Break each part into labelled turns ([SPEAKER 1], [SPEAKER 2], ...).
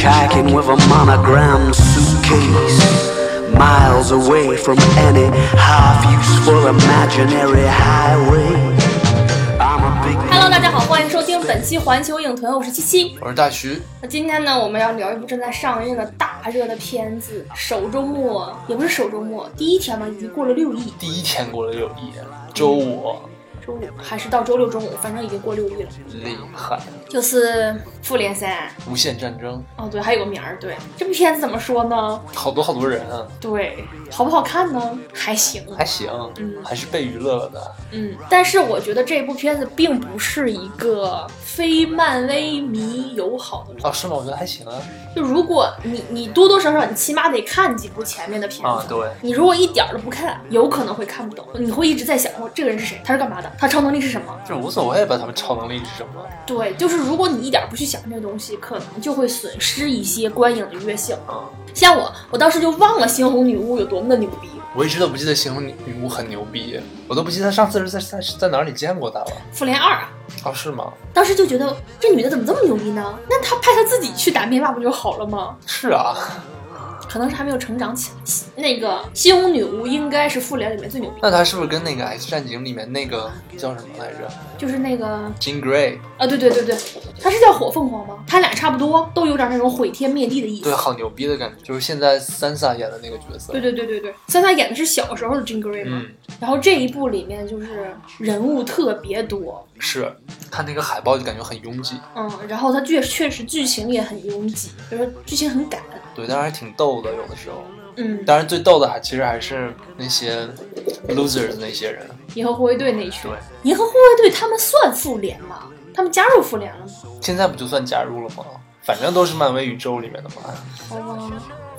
[SPEAKER 1] packing with a monogram suitcase. Miles away from any half useful imaginary highway. I'm a big.
[SPEAKER 2] Hello，大家好，欢迎收听本期环球影屯，我是七七。
[SPEAKER 3] 我是大徐，
[SPEAKER 2] 那今天呢，我们要聊一部正在上映的大热的片子，首周末也不是首周末，第一天嘛，已经过了六亿，
[SPEAKER 3] 第一天过了六亿，周
[SPEAKER 2] 嗯
[SPEAKER 3] 五
[SPEAKER 2] 周五还是到周六中午，反正已经过六亿了。
[SPEAKER 3] 厉害，
[SPEAKER 2] 就是《复联三》，
[SPEAKER 3] 无限战争，
[SPEAKER 2] 哦对，还有个名儿，对，这部片子怎么说呢？
[SPEAKER 3] 好多好多人啊，
[SPEAKER 2] 对，好不好看呢？还行，
[SPEAKER 3] 还行，
[SPEAKER 2] 嗯
[SPEAKER 3] 还是被娱乐了的。
[SPEAKER 2] 嗯，但是我觉得这部片子并不是一个非漫威迷友好的片子。
[SPEAKER 3] 哦，是吗？我觉得还行啊。
[SPEAKER 2] 就如果你你多多少少你起码得看几部前面的片子。
[SPEAKER 3] 啊，对，
[SPEAKER 2] 你如果一点儿都不看，有可能会看不懂，你会一直在想，我这个人是谁，他是干嘛的，他超能力是什么？
[SPEAKER 3] 就是无所谓吧，他们超能力是什么？
[SPEAKER 2] 对，就是如果你一点儿不去想这个东西，可能就会损失一些观影的愉悦性。
[SPEAKER 3] 嗯，
[SPEAKER 2] 像我，我当时就忘了猩红女巫有多么的牛逼，
[SPEAKER 3] 我一直都不记得形容女女巫很牛逼，我都不记得上次是在在在哪里见过她了。
[SPEAKER 2] 《复联二》啊，
[SPEAKER 3] 哦，是吗？
[SPEAKER 2] 当时就觉得这女的怎么这么牛逼呢？那她派她自己去打灭霸不就好了吗？
[SPEAKER 3] 是啊，
[SPEAKER 2] 可能是还没有成长起来。那个猩红女巫应该是复联里面最牛逼，
[SPEAKER 3] 那她是不是跟那个《X 战警》里面那个叫什么来着
[SPEAKER 2] 就是那个
[SPEAKER 3] ？Jean Grey，
[SPEAKER 2] 啊，对对对对，他是叫火凤凰吗？他俩差不多，都有点那种毁天灭地的意
[SPEAKER 3] 对，
[SPEAKER 2] 思。
[SPEAKER 3] 好牛逼的感觉，就是现在 Sansa 演的那个角色。
[SPEAKER 2] 对对对对对，三三演的是小时候的 Jean Grey 嘛，
[SPEAKER 3] 嗯，
[SPEAKER 2] 然后这一部里面就是人物特别多，
[SPEAKER 3] 是，看那个海报就感觉很拥挤。
[SPEAKER 2] 嗯，然后它确确实剧情也很拥挤，就是剧情很赶，
[SPEAKER 3] 对，但是还挺逗的，有的时候。
[SPEAKER 2] 嗯，
[SPEAKER 3] 当然，最逗的还其实还是那些 loser 的那些人。
[SPEAKER 2] 银河护卫队那一群
[SPEAKER 3] 对，
[SPEAKER 2] 银河护卫队他们算复联吗？他们加入复联了吗？
[SPEAKER 3] 现在不就算加入了吗？反正都是漫威宇宙里面的嘛。
[SPEAKER 2] 好吧，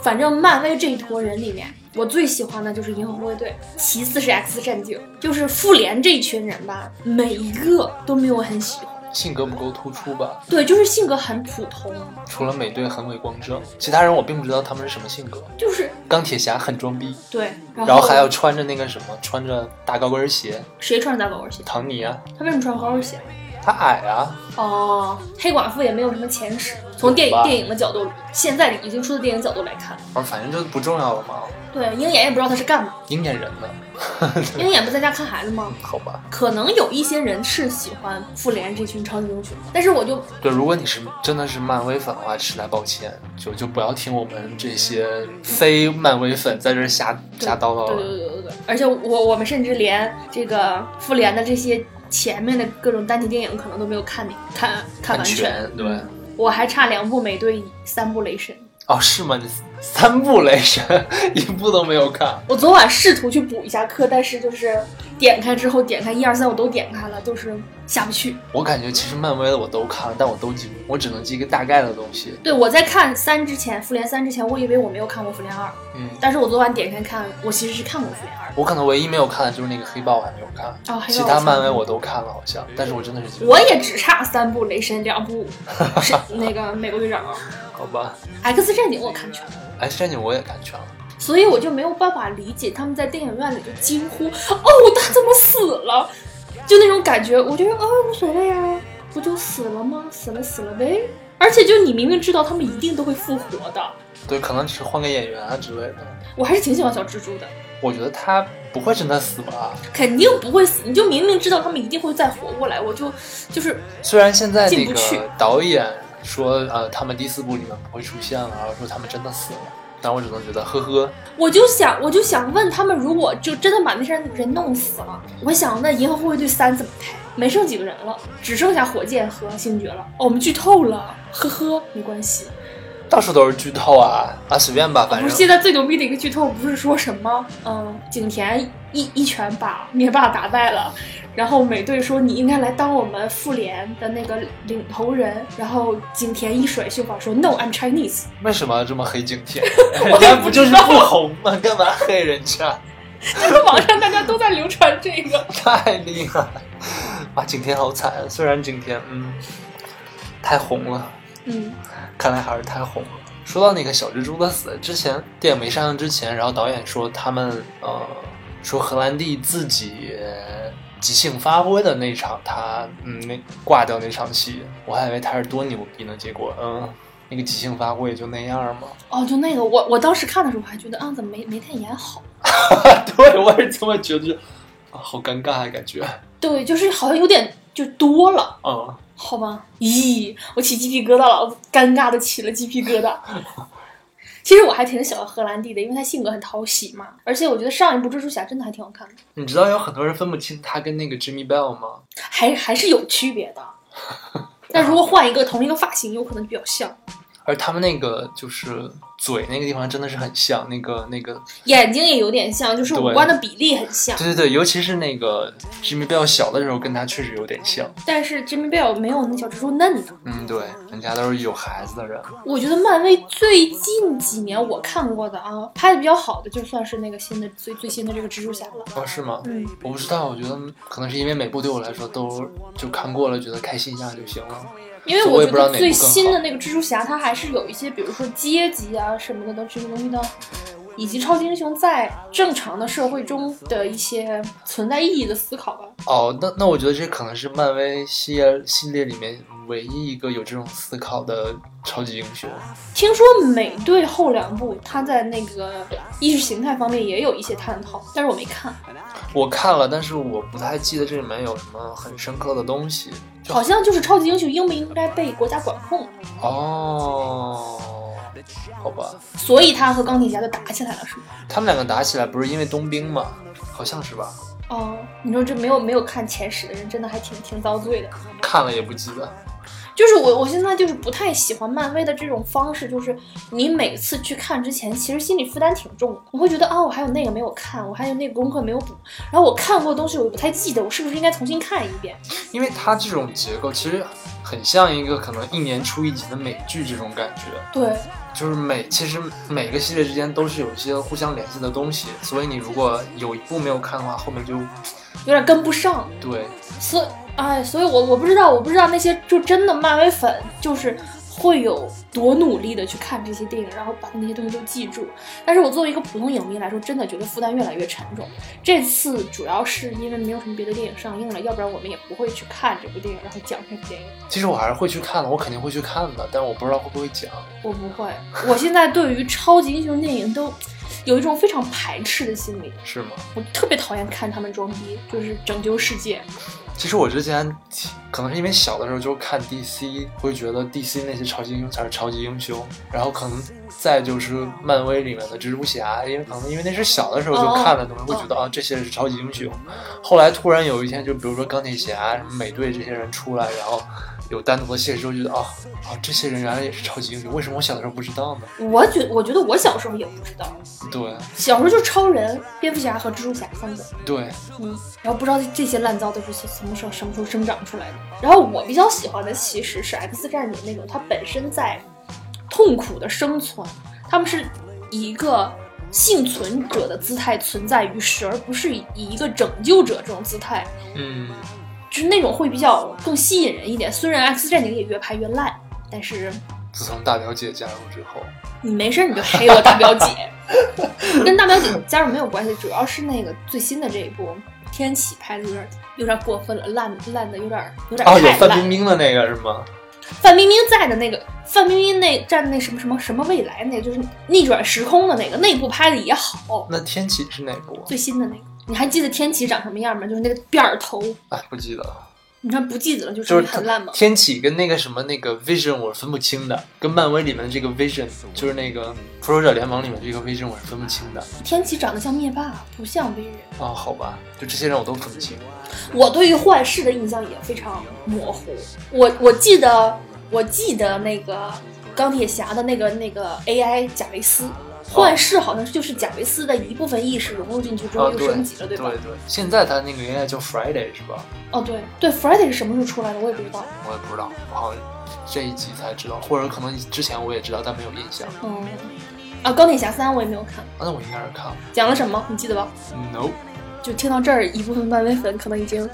[SPEAKER 2] 反正漫威这一坨人里面，我最喜欢的就是银河护卫队，其次是 X 战警，就是复联这一群人吧，每一个都没有我很喜欢。
[SPEAKER 3] 性格不够突出吧？
[SPEAKER 2] 对，就是性格很普通，
[SPEAKER 3] 除了美队很伪光正，其他人我并不知道他们是什么性格。
[SPEAKER 2] 就是
[SPEAKER 3] 钢铁侠很装逼，
[SPEAKER 2] 对，然
[SPEAKER 3] 然后还要穿着那个什么，穿着大高跟鞋。
[SPEAKER 2] 谁穿着大高跟鞋？
[SPEAKER 3] 唐尼啊，
[SPEAKER 2] 他为什么穿高跟鞋？
[SPEAKER 3] 他矮啊，
[SPEAKER 2] 哦，黑寡妇也没有什么前史。从电影
[SPEAKER 3] 吧
[SPEAKER 2] 电影的角度，现在已经出的电影角度来看，
[SPEAKER 3] 而反正就不重要了嘛。
[SPEAKER 2] 对鹰眼也不知道他是干嘛。
[SPEAKER 3] 鹰眼人呢？
[SPEAKER 2] 鹰眼不在家看孩子吗？
[SPEAKER 3] 好吧。
[SPEAKER 2] 可能有一些人是喜欢复联这群超级英雄，但是我就
[SPEAKER 3] 对，如果你是真的是漫威粉的话，实在抱歉，就就不要听我们这些非漫威粉在这儿瞎
[SPEAKER 2] 对
[SPEAKER 3] 瞎叨叨
[SPEAKER 2] 对
[SPEAKER 3] 了。
[SPEAKER 2] 对对对对，而且我我们甚至连这个复联的这些前面的各种单体电影可能都没有看看看完
[SPEAKER 3] 全对
[SPEAKER 2] 嗯我还差两部美队，三部雷神。
[SPEAKER 3] 哦，是吗？你三部雷神 一部都没有看，
[SPEAKER 2] 我昨晚试图去补一下课，但是就是点开之后，点开一二三我都点开了，就是下不去。
[SPEAKER 3] 我感觉其实漫威的我都看了，但我都记不，我只能记一个大概的东西。
[SPEAKER 2] 对我在看三之前，复联三之前，我以为我没有看过复联二，
[SPEAKER 3] 嗯，
[SPEAKER 2] 但是我昨晚点开看，我其实是看过复联二。
[SPEAKER 3] 我可能唯一没有看的就是那个黑豹，我还没有看。
[SPEAKER 2] 哦黑豹
[SPEAKER 3] 其他漫威我都看了，好像，但是我真的是记不
[SPEAKER 2] 我也只差三部雷神，两部是那个美国队长、
[SPEAKER 3] 好吧。
[SPEAKER 2] X 战警我看全了。
[SPEAKER 3] X 战警我也看全了，
[SPEAKER 2] 所以我就没有办法理解他们在电影院里就惊呼：“哦，他怎么死了？”就那种感觉，我觉得啊、无所谓啊，不就死了吗？死了死了呗。而且就你明明知道他们一定都会复活的，
[SPEAKER 3] 对，可能只是换个演员啊之类的。
[SPEAKER 2] 我还是挺喜欢小蜘蛛的，
[SPEAKER 3] 我觉得他不会真的死吧？
[SPEAKER 2] 肯定不会死。你就明明知道他们一定会再活过来，我就就是
[SPEAKER 3] 虽然现在那
[SPEAKER 2] 进不去
[SPEAKER 3] 个导演说，呃，他们第四部里面不会出现了，然后说他们真的死了，但我只能觉得，呵呵，
[SPEAKER 2] 我就想我就想问他们，如果就真的把那些人弄死了，我想问《银河护卫队三》怎么拍？没剩几个人了，只剩下火箭和星爵了。哦，我们剧透了，呵呵，没关系。
[SPEAKER 3] 到处都是剧透啊啊，随便吧，反
[SPEAKER 2] 不是
[SPEAKER 3] 正
[SPEAKER 2] 现在最牛逼的一个剧透，不是说什么，嗯，景甜一一拳把灭霸打败了，然后美队说你应该来当我们复联的那个领头人，然后景甜一甩袖法说 No I'm Chinese，
[SPEAKER 3] 为什么这么黑景 天？
[SPEAKER 2] 也不
[SPEAKER 3] 人
[SPEAKER 2] 知道
[SPEAKER 3] 家不就是不红吗？干嘛黑人家？
[SPEAKER 2] 就是网上大家都在流传这 个，
[SPEAKER 3] 太厉害了！哇，景天好惨，啊虽然景天嗯太红了，
[SPEAKER 2] 嗯，
[SPEAKER 3] 看来还是太红了。说到那个小蜘蛛的死，之前电影没上映之前，然后导演说他们呃说荷兰弟自己呃即兴发挥的那场他嗯那挂掉那场戏，我还以为他是多牛逼呢，结果嗯那个即兴发挥也就那样 嘛。
[SPEAKER 2] 哦，就那个，我我当时看的时候还觉得啊，怎么没没太演好？
[SPEAKER 3] 对，我也这么觉得，就啊，好尴尬啊，感觉。
[SPEAKER 2] 对，就是好像有点就多了，
[SPEAKER 3] 嗯，
[SPEAKER 2] 好吧？咦，我起鸡皮疙瘩了，我尴尬的起了鸡皮疙瘩。其实我还挺喜欢荷兰弟的，因为他性格很讨喜嘛，而且我觉得上一部蜘蛛侠真的还挺好看的，
[SPEAKER 3] 你知道有很多人分不清他跟那个 Jimmy Bell 吗？
[SPEAKER 2] 还还是有区别的。但如果换一个同一个发型，有可能比较像，
[SPEAKER 3] 而他们那个就是嘴那个地方真的是很像，那个那个，
[SPEAKER 2] 眼睛也有点像，就是五
[SPEAKER 3] 对
[SPEAKER 2] 官的比例很像。
[SPEAKER 3] 对对对，尤其是那个 Jimmy Bell 小的时候跟他确实有点像。
[SPEAKER 2] 但是 Jimmy Bell 没有那小蜘蛛嫩呢。
[SPEAKER 3] 嗯，对，人家都是有孩子的人。
[SPEAKER 2] 我觉得漫威最近几年我看过的啊，拍的比较好的就算是那个新的最最新的这个蜘蛛侠了。
[SPEAKER 3] 哦，是吗？
[SPEAKER 2] 嗯，
[SPEAKER 3] 我不知道，我觉得可能是因为每部对我来说都就看过了，觉得开心一下就行了。
[SPEAKER 2] 因为
[SPEAKER 3] 所以我
[SPEAKER 2] 我
[SPEAKER 3] 也
[SPEAKER 2] 觉
[SPEAKER 3] 不知道
[SPEAKER 2] 得
[SPEAKER 3] 哪
[SPEAKER 2] 最
[SPEAKER 3] 部更好
[SPEAKER 2] 新的那个蜘蛛侠，它还是有一些，比如说阶级啊什么的的这些东西的，以及超级英雄在正常的社会中的一些存在意义的思考吧。
[SPEAKER 3] 哦，那那我觉得这可能是漫威系列系列里面唯一一个有这种思考的超级英雄。
[SPEAKER 2] 听说美队后两部，它在那个意识形态方面也有一些探讨，但是我没看，
[SPEAKER 3] 哦我看了，但是我不太记得这里面有什么很深刻的东西。就
[SPEAKER 2] 好像就是超级英雄应不应该被国家管控。
[SPEAKER 3] 哦，好吧，
[SPEAKER 2] 所以他和钢铁侠就打起来了，是吗？
[SPEAKER 3] 他们两个打起来不是因为冬兵吗？好像是吧？
[SPEAKER 2] 哦，你说这没有没有看前十的人，真的还挺挺遭罪的。
[SPEAKER 3] 看了也不记得。
[SPEAKER 2] 就是我我现在就是不太喜欢漫威的这种方式，就是你每次去看之前，其实心理负担挺重的。我会觉得啊，我还有那个没有看，我还有那个功课没有补，然后我看过的东西我又不太记得，我是不是应该重新看一遍？
[SPEAKER 3] 因为它这种结构其实很像一个可能一年出一集的美剧这种感觉，
[SPEAKER 2] 对，
[SPEAKER 3] 就是每其实每个系列之间都是有一些互相联系的东西，所以你如果有一部没有看的话，后面就
[SPEAKER 2] 有点跟不上。
[SPEAKER 3] 对
[SPEAKER 2] 所以，哎，所以我我不知道，我不知道那些就真的漫威粉就是会有多努力的去看这些电影，然后把那些东西都记住。但是我作为一个普通影迷来说，真的觉得负担越来越沉重。这次主要是因为没有什么别的电影上映了，要不然我们也不会去看这部电影，然后讲这部电影。
[SPEAKER 3] 其实我还是会去看的，我肯定会去看的，但我不知道会不会讲。
[SPEAKER 2] 我不会， 我现在对于超级英雄电影都有一种非常排斥的心理，
[SPEAKER 3] 是吗？
[SPEAKER 2] 我特别讨厌看他们装逼，就是拯救世界。
[SPEAKER 3] 其实我之前可能是因为小的时候就看 DC，会觉得 DC 那些超级英雄才是超级英雄，然后可能再就是漫威里面的蜘蛛侠，因为可能因为那是小的时候就看了，可能会觉得啊这些是超级英雄。后来突然有一天，就比如说钢铁侠、什么美队这些人出来，然后有单独的戏之后，觉得啊啊这些人原来也是超级英雄，为什么我小的时候不知道呢？
[SPEAKER 2] 我觉我觉得我小时候也不知道，
[SPEAKER 3] 对
[SPEAKER 2] 小时候就超人、蝙蝠侠和蜘蛛侠三个，
[SPEAKER 3] 对，
[SPEAKER 2] 嗯，然后不知道这些烂糟都是从什么什么时候生长出来的。然后我比较喜欢的其实是 X 战警那种，它本身在痛苦的生存，他们是以一个幸存者的姿态存在于世，而不是以一个拯救者这种姿态，
[SPEAKER 3] 嗯，
[SPEAKER 2] 就是那种会比较更吸引人一点。虽然 X 战警也越拍越烂，但是
[SPEAKER 3] 自从大表姐加入之后，
[SPEAKER 2] 你没事儿你就黑我大表姐，跟大表姐加入没有关系，主要是那个最新的这一部《天启》拍的有点有点过分了，烂烂的有点有点太
[SPEAKER 3] 哦有范
[SPEAKER 2] 烂。
[SPEAKER 3] 冰冰的那个是吗？
[SPEAKER 2] 范冰冰在的那个范冰冰那站那什么什么什么未来那个就是逆转时空的那个那部拍的也好，
[SPEAKER 3] 那天启是哪部啊
[SPEAKER 2] 最新的那个你还记得天启长什么样吗？就是那个辫儿头，
[SPEAKER 3] 啊？哎不记得了。
[SPEAKER 2] 你看不记得了，就
[SPEAKER 3] 就是
[SPEAKER 2] 是很烂嘛。
[SPEAKER 3] 天启跟那个什么那个 Vision 我是分不清的，跟漫威里面的这个 Vision 就是那个复仇者联盟里面这个 Vision 我是分不清的。
[SPEAKER 2] 天启长得像灭霸，不像威人。
[SPEAKER 3] 啊，好吧，就这些人我都分不清。
[SPEAKER 2] 我对于幻视的印象也非常模糊。我我记得我记得那个钢铁侠的那个那个 AI 贾维斯，
[SPEAKER 3] 哦
[SPEAKER 2] 幻视好像就是贾维斯的一部分意识融入进去之后
[SPEAKER 3] 啊，
[SPEAKER 2] 又
[SPEAKER 3] 对
[SPEAKER 2] 升级了，
[SPEAKER 3] 对
[SPEAKER 2] 吧？
[SPEAKER 3] 对，现在他那个 AI 叫 Friday 是吧？
[SPEAKER 2] 哦，对对，Friday 是什么时候出来的我也不知道。
[SPEAKER 3] 我也不知道，我好像这一集才知道，或者可能之前我也知道，但没有印象。啊，
[SPEAKER 2] 嗯，啊，钢铁侠三我也没有看，
[SPEAKER 3] 那我应该是看了。
[SPEAKER 2] 讲了什么你记得吧？
[SPEAKER 3] No，
[SPEAKER 2] 就听到这儿，一部分漫威粉可能已经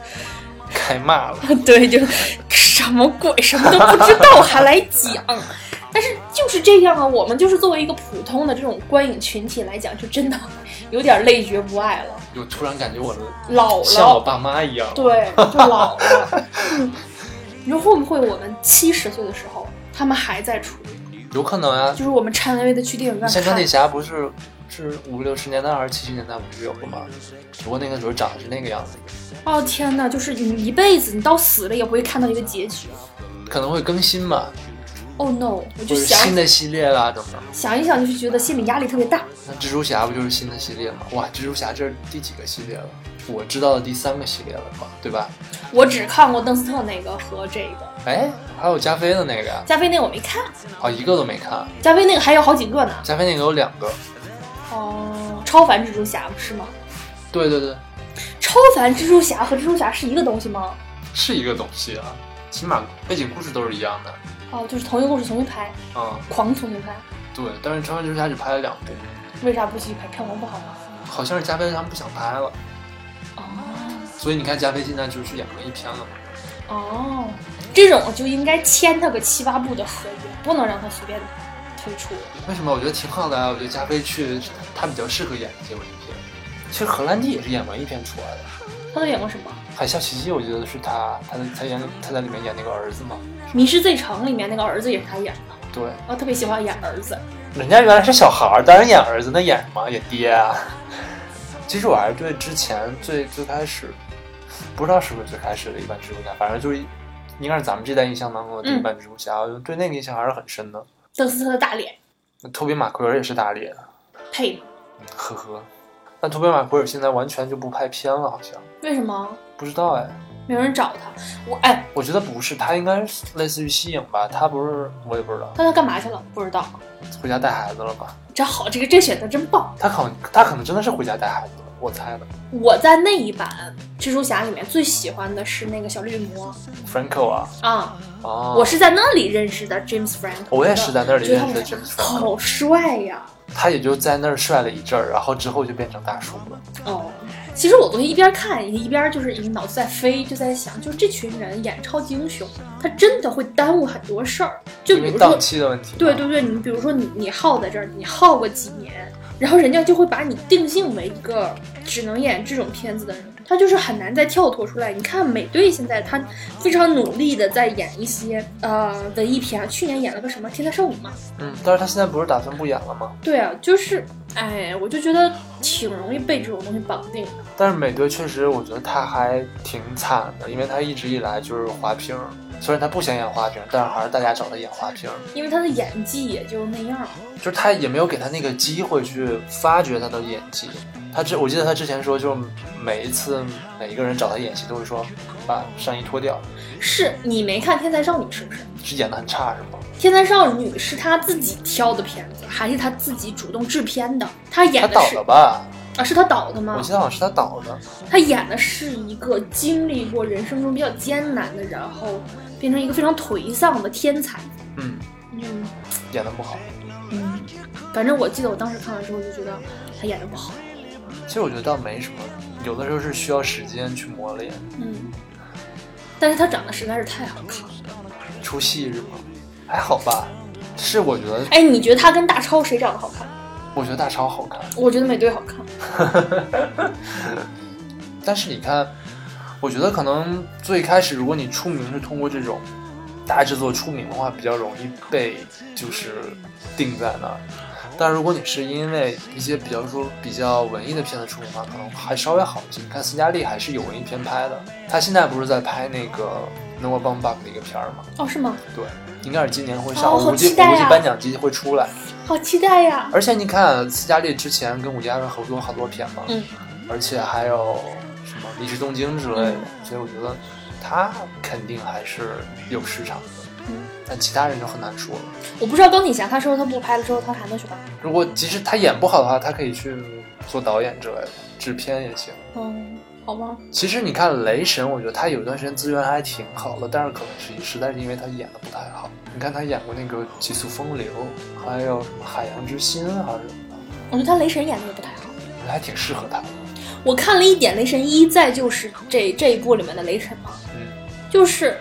[SPEAKER 3] 开骂了。
[SPEAKER 2] 对，就什么鬼，什么都不知道还来讲。但是就是这样啊，我们就是作为一个普通的这种观影群体来讲，就真的有点累觉不爱了，
[SPEAKER 3] 就突然感觉我的
[SPEAKER 2] 老
[SPEAKER 3] 像我
[SPEAKER 2] 了，
[SPEAKER 3] 爸妈一样。
[SPEAKER 2] 对，就老了。你说会不会我们七十岁的时候，他们还在处于
[SPEAKER 3] 有可能啊
[SPEAKER 2] 就。是我们颤巍巍的去电影院
[SPEAKER 3] 像钢铁
[SPEAKER 2] 看。
[SPEAKER 3] 侠不是是五六十年代还是七十年代不是有的吗？只不过那个时候长得是那个样子，
[SPEAKER 2] 哦天哪，就是你一辈子，你到死了也不会看到一个结局。
[SPEAKER 3] 可能会更新嘛，
[SPEAKER 2] Oh no！我
[SPEAKER 3] 或
[SPEAKER 2] 就
[SPEAKER 3] 者
[SPEAKER 2] 想
[SPEAKER 3] 新的系列啦等等。
[SPEAKER 2] 想一想，就是觉得心理压力特别大。
[SPEAKER 3] 那蜘蛛侠不就是新的系列吗？哇，蜘蛛侠这是第几个系列了？我知道的第三个系列了嘛，对吧？
[SPEAKER 2] 我只看过邓斯特那个和这个，
[SPEAKER 3] 哎，还有加菲的那个呀，
[SPEAKER 2] 加菲那个我没看，
[SPEAKER 3] 哦，一个都没看。
[SPEAKER 2] 加菲那个还有好几个呢。
[SPEAKER 3] 加菲那个有两个，
[SPEAKER 2] 哦，超凡蜘蛛侠不是吗？
[SPEAKER 3] 对对对，
[SPEAKER 2] 超凡蜘蛛侠和蜘蛛侠是一个东西吗？
[SPEAKER 3] 是一个东西啊，起码背景故事都是一样的。
[SPEAKER 2] 哦，就是同一个故事重新拍，
[SPEAKER 3] 嗯，
[SPEAKER 2] 狂重新拍，
[SPEAKER 3] 对，但是《超凡蜘蛛侠》只拍了两部，
[SPEAKER 2] 为啥不继续拍？票房不好吗？
[SPEAKER 3] 好像是加菲他们不想拍了，
[SPEAKER 2] 哦
[SPEAKER 3] 所以你看加菲现在就是演了一篇了嘛。
[SPEAKER 2] 哦，这种就应该签他个七八部的合约，不能让他随便推出。
[SPEAKER 3] 为什么？我觉得挺好的啊，我觉得加菲去他比较适合演这种文艺片。其实荷兰弟也是演文艺片出来的，
[SPEAKER 2] 他都演过什么？
[SPEAKER 3] 《海啸奇迹》我觉得是他，他在他演他在里面演那个儿子嘛。
[SPEAKER 2] 《迷失罪城》里面那个儿子也是他演的，
[SPEAKER 3] 对，
[SPEAKER 2] 我特别喜欢演儿子。
[SPEAKER 3] 人家原来是小孩儿，当然演儿子，那演什么？演爹啊！ 其实我还是对之前最最开始，不知道是不是最开始的一版蜘蛛侠，反正就是应该是咱们这代印象当中的第一版蜘蛛侠，我就对那个印象还是很深的。
[SPEAKER 2] 邓斯特的大脸
[SPEAKER 3] 那托比马奎尔也是大脸，
[SPEAKER 2] 配吗？
[SPEAKER 3] 嗯呵呵。但托比马奎尔现在完全就不拍片了，好像
[SPEAKER 2] 为什么
[SPEAKER 3] 不知道哎。
[SPEAKER 2] 没有人找他？我哎，
[SPEAKER 3] 我觉得不是，他应该是类似于吸影吧，他不是我也不知道，
[SPEAKER 2] 他他干嘛去了？不知道。
[SPEAKER 3] 回家带孩子了吧？
[SPEAKER 2] 真好，这个这选择真棒。
[SPEAKER 3] 他可能他可能真的是回家带孩子了，我猜的。
[SPEAKER 2] 我在那一版蜘蛛侠里面最喜欢的是那个小绿魔
[SPEAKER 3] Franco 啊，
[SPEAKER 2] 啊，
[SPEAKER 3] 哦，
[SPEAKER 2] 我是在那里认识的 James Franco。
[SPEAKER 3] 我也是在那里
[SPEAKER 2] 觉得
[SPEAKER 3] 认
[SPEAKER 2] 他们
[SPEAKER 3] 识的
[SPEAKER 2] 俩
[SPEAKER 3] James Franco，
[SPEAKER 2] 好帅呀！
[SPEAKER 3] 他也就在那儿帅了一阵儿，然后之后就变成大叔了。
[SPEAKER 2] 哦，其实我昨天一边看一边就是脑子在飞，就在想，就这群人演超级英雄，他真的会耽误很多事儿。就
[SPEAKER 3] 因
[SPEAKER 2] 比
[SPEAKER 3] 为
[SPEAKER 2] 如
[SPEAKER 3] 档
[SPEAKER 2] 说，
[SPEAKER 3] 期的问题，
[SPEAKER 2] 对，对对，你比如说你你耗在这儿，你耗个几年，然后人家就会把你定性为一个只能演这种片子的人，他就是很难再跳脱出来。你看美队现在他非常努力的在演一些呃文艺片，去年演了个什么《天才少女》嘛，
[SPEAKER 3] 嗯，但是他现在不是打算不演了吗？
[SPEAKER 2] 对啊，就是哎，我就觉得挺容易被这种东西绑定的。
[SPEAKER 3] 但是美队确实，我觉得他还挺惨的，因为他一直以来就是滑冰儿，虽然他不想演滑冰儿，但是还是大家找他演滑冰儿，
[SPEAKER 2] 因为他的演技也就那样儿。
[SPEAKER 3] 就是他也没有给他那个机会去发掘他的演技。他之我记得他之前说，就是每一次每一个人找他演戏，都会说把上衣脱掉，
[SPEAKER 2] 是你没看《天才少女》是不是？
[SPEAKER 3] 是演的很差是吗？
[SPEAKER 2] 《天才少女》是他自己挑的片子，还是他自己主动制片的？他
[SPEAKER 3] 他
[SPEAKER 2] 演的
[SPEAKER 3] 导
[SPEAKER 2] 是
[SPEAKER 3] 的吧？
[SPEAKER 2] 啊，是他导的
[SPEAKER 3] 我
[SPEAKER 2] 吗
[SPEAKER 3] 记？得好像是他导的。
[SPEAKER 2] 他演的是一个经历过人生中比较艰难的，然后变成一个非常颓丧的天才。
[SPEAKER 3] 嗯，
[SPEAKER 2] 嗯
[SPEAKER 3] 演的不好。
[SPEAKER 2] 嗯，反正我记得我当时看完之后就觉得他演的不好。
[SPEAKER 3] 其实我觉得倒没什么，有的时候是需要时间去磨练。
[SPEAKER 2] 嗯，但是他长得实在是太好看了。
[SPEAKER 3] 出戏是吗？还好吧。是我觉得，
[SPEAKER 2] 哎，你觉得他跟大超谁长得好看？
[SPEAKER 3] 我觉得大超好看。
[SPEAKER 2] 我觉得美队好看。
[SPEAKER 3] 但是你看，我觉得可能最开始如果你出名是通过这种大制作出名的话，比较容易被就是定在那儿。但如果你是因为一些比较说比较文艺的片子出名的话，可能还稍微好一些。你看斯嘉丽还是有文艺片拍的，她现在不是在拍那个《Noah b a u m b a c h 的一个片儿吗？
[SPEAKER 2] 哦，是吗？
[SPEAKER 3] 对，应该是今年会
[SPEAKER 2] 哦
[SPEAKER 3] 上，我
[SPEAKER 2] 好
[SPEAKER 3] 估计、
[SPEAKER 2] 期待啊
[SPEAKER 3] 我估计颁奖季会出来。
[SPEAKER 2] 好期待呀！
[SPEAKER 3] 而且你看，斯嘉丽之前跟伍迪·艾伦合作好多片嘛，
[SPEAKER 2] 嗯，
[SPEAKER 3] 而且还有什么《离世东京》之类的，所以我觉得他肯定还是有市场的。
[SPEAKER 2] 嗯
[SPEAKER 3] 但其他人就很难说了。
[SPEAKER 2] 我不知道钢铁侠他说他不拍了之后他还能去干嘛？
[SPEAKER 3] 如果即使他演不好的话，他可以去做导演之类的，制片也行。
[SPEAKER 2] 嗯，好吧。
[SPEAKER 3] 其实你看雷神，我觉得他有一段时间资源还挺好的，但是可能是实在是因为他演的不太好。你看他演过那个《极速风流》，还有什么《海洋之心》，啊还是什么的，
[SPEAKER 2] 我觉得他雷神演的也不太好。
[SPEAKER 3] 我觉得还挺适合他的。
[SPEAKER 2] 我看了一点《雷神一》，再就是这这一部里面的雷神嘛，
[SPEAKER 3] 嗯，
[SPEAKER 2] 就是《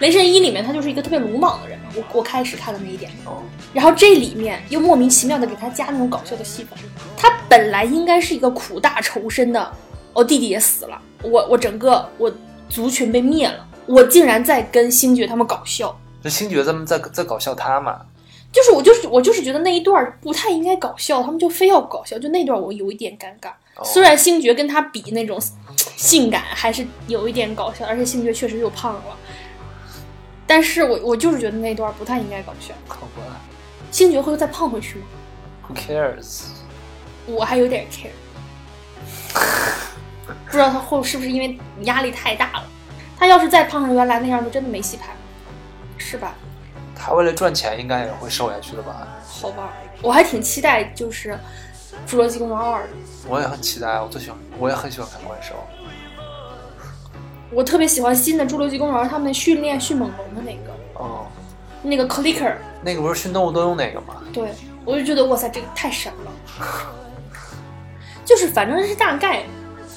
[SPEAKER 2] 雷神一》里面他就是一个特别鲁莽的人，我我开始看的那一点，
[SPEAKER 3] 哦，
[SPEAKER 2] 然后这里面又莫名其妙的给他加那种搞笑的戏份。他本来应该是一个苦大仇深的，我、弟弟也死了，我我整个我族群被灭了，我竟然在跟星爵他们搞笑，
[SPEAKER 3] 就星爵他们在在搞笑他嘛，
[SPEAKER 2] 就是我就是我就是觉得那一段不太应该搞笑，他们就非要搞笑，就那段我有一点尴尬。
[SPEAKER 3] 哦
[SPEAKER 2] 虽然星爵跟他比那种性感还是有一点搞笑，而且星爵确实又胖了，但是我我就是觉得那段不太应该搞笑。
[SPEAKER 3] 好吧
[SPEAKER 2] 星爵会再胖回去吗？
[SPEAKER 3] 啊，Who cares？
[SPEAKER 2] 我还有点 care，不知道他后是不是因为压力太大了。他要是再胖成原来那样，就真的没戏拍了，是吧？
[SPEAKER 3] 他为了赚钱，应该也会瘦下去的吧？
[SPEAKER 2] 好吧，我还挺期待就是《侏罗纪公园二》的。
[SPEAKER 3] 我也很期待，我最喜欢，我也很喜欢看怪兽。
[SPEAKER 2] 我特别喜欢新的《侏罗纪公园》，他们训练迅猛龙的那个
[SPEAKER 3] 哦，
[SPEAKER 2] 那个 clicker，
[SPEAKER 3] 那个不是训动物都用那个吗？
[SPEAKER 2] 对我就觉得哇塞，这个太神了。就是反正是大概，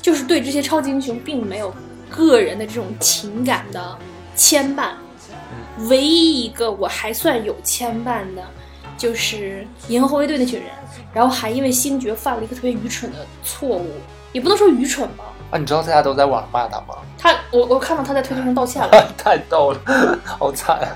[SPEAKER 2] 就是对这些超级英雄并没有个人的这种情感的牵绊。唯一一个我还算有牵绊的，就是银河护卫队那群人，然后还因为星爵犯了一个特别愚蠢的错误，也不能说愚蠢吧，
[SPEAKER 3] 啊，你知道大家都在网上骂他吗？
[SPEAKER 2] 他我我看到他在推特上道歉了，
[SPEAKER 3] 太逗了， 好惨。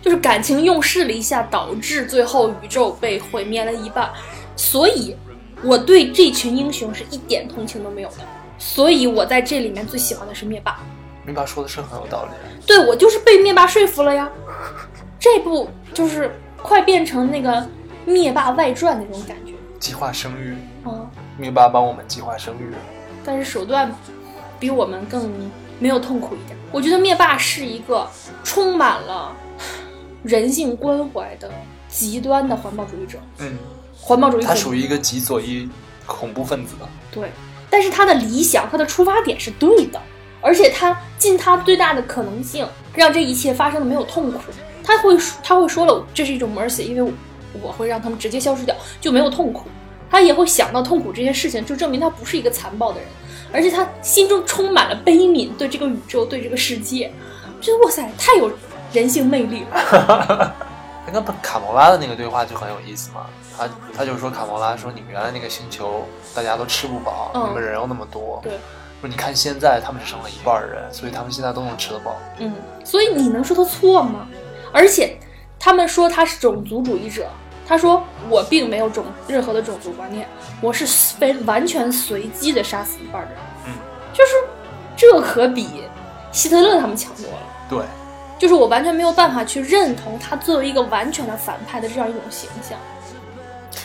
[SPEAKER 2] 就是感情用事了一下，导致最后宇宙被毁灭了一半。所以，我对这群英雄是一点同情都没有的。所以我在这里面最喜欢的是灭霸，
[SPEAKER 3] 你爸说的是很有道理。
[SPEAKER 2] 对我就是被灭霸说服了呀。这部就是快变成那个灭霸外传那种感觉
[SPEAKER 3] 计划生育，
[SPEAKER 2] 啊、
[SPEAKER 3] 灭霸帮我们计划生育。
[SPEAKER 2] 但是手段比我们更没有痛苦一点。我觉得灭霸是一个充满了人性关怀的极端的环保主义者，
[SPEAKER 3] 嗯，
[SPEAKER 2] 环保主义者
[SPEAKER 3] 他属于一个极左翼恐怖分子。
[SPEAKER 2] 对，但是他的理想，他的出发点是对的，而且他尽他最大的可能性，让这一切发生的没有痛苦。他会说他会说了，这是一种 mercy，因为我我会让他们直接消失掉，就没有痛苦。他也会想到痛苦这些事情，就证明他不是一个残暴的人，而且他心中充满了悲悯，对这个宇宙，对这个世界，觉得哇塞，太有人性魅力了。
[SPEAKER 3] 那跟卡魔拉的那个对话就很有意思嘛。他他就说卡魔拉说你们原来那个星球大家都吃不饱，
[SPEAKER 2] 嗯
[SPEAKER 3] 你们人又那么多，
[SPEAKER 2] 对，
[SPEAKER 3] 说你看现在他们只剩了一半儿人，所以他们现在都能吃得饱。
[SPEAKER 2] 嗯，所以你能说他错吗？而且他们说他是种族主义者，他说我并没有种任何的种族观念，我是非完全随机的杀死一半的人，
[SPEAKER 3] 嗯，
[SPEAKER 2] 就是这可比希特勒他们强多了。
[SPEAKER 3] 对，
[SPEAKER 2] 就是我完全没有办法去认同他作为一个完全的反派的这样一种形象。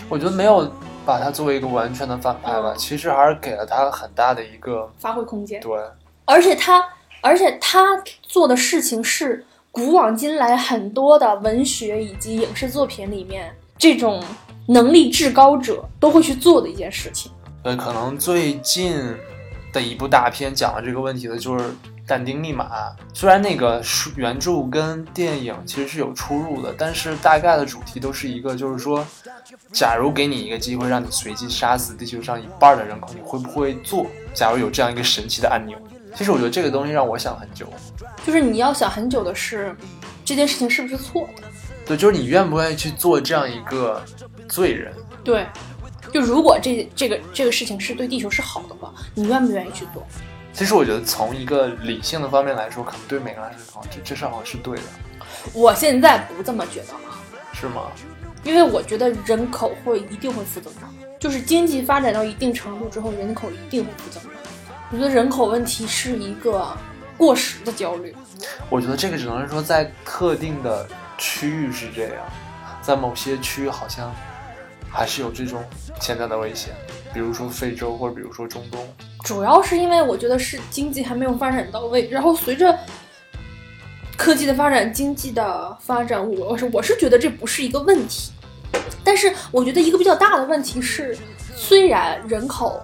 [SPEAKER 3] 我觉得没有把他作为一个完全的反派吧，其实还是给了他很大的一个
[SPEAKER 2] 发挥空间，
[SPEAKER 3] 对，
[SPEAKER 2] 而且他，而且他做的事情是古往今来很多的文学以及影视作品里面这种能力至高者都会去做的一件事情。
[SPEAKER 3] 呃，可能最近的一部大片讲了这个问题的就是《但丁密码》，虽然那个书原著跟电影其实是有出入的，但是大概的主题都是一个，就是说，假如给你一个机会，让你随机杀死地球上一半的人口，你会不会做？假如有这样一个神奇的按钮，其实我觉得这个东西让我想很久。
[SPEAKER 2] 就是你要想很久的是，这件事情是不是错的？
[SPEAKER 3] 对，就是你愿不愿意去做这样一个罪人？
[SPEAKER 2] 对，就如果这这个这个事情是对地球是好的话，你愿不愿意去做？
[SPEAKER 3] 其实我觉得从一个理性的方面来说，可能对每个人来说，哦这这事儿好像是对的，
[SPEAKER 2] 我现在不这么觉得啊了。
[SPEAKER 3] 是吗？
[SPEAKER 2] 因为我觉得人口会一定会负增长，就是经济发展到一定程度之后，人口一定会负增长。我觉得人口问题是一个过时的焦虑，
[SPEAKER 3] 我觉得这个只能是说在特定的区域是这样，在某些区域好像还是有这种潜在的危险，比如说非洲或者比如说中东。
[SPEAKER 2] 主要是因为我觉得是经济还没有发展到位，然后随着科技的发展、经济的发展，我是我是觉得这不是一个问题，但是我觉得一个比较大的问题是，虽然人口。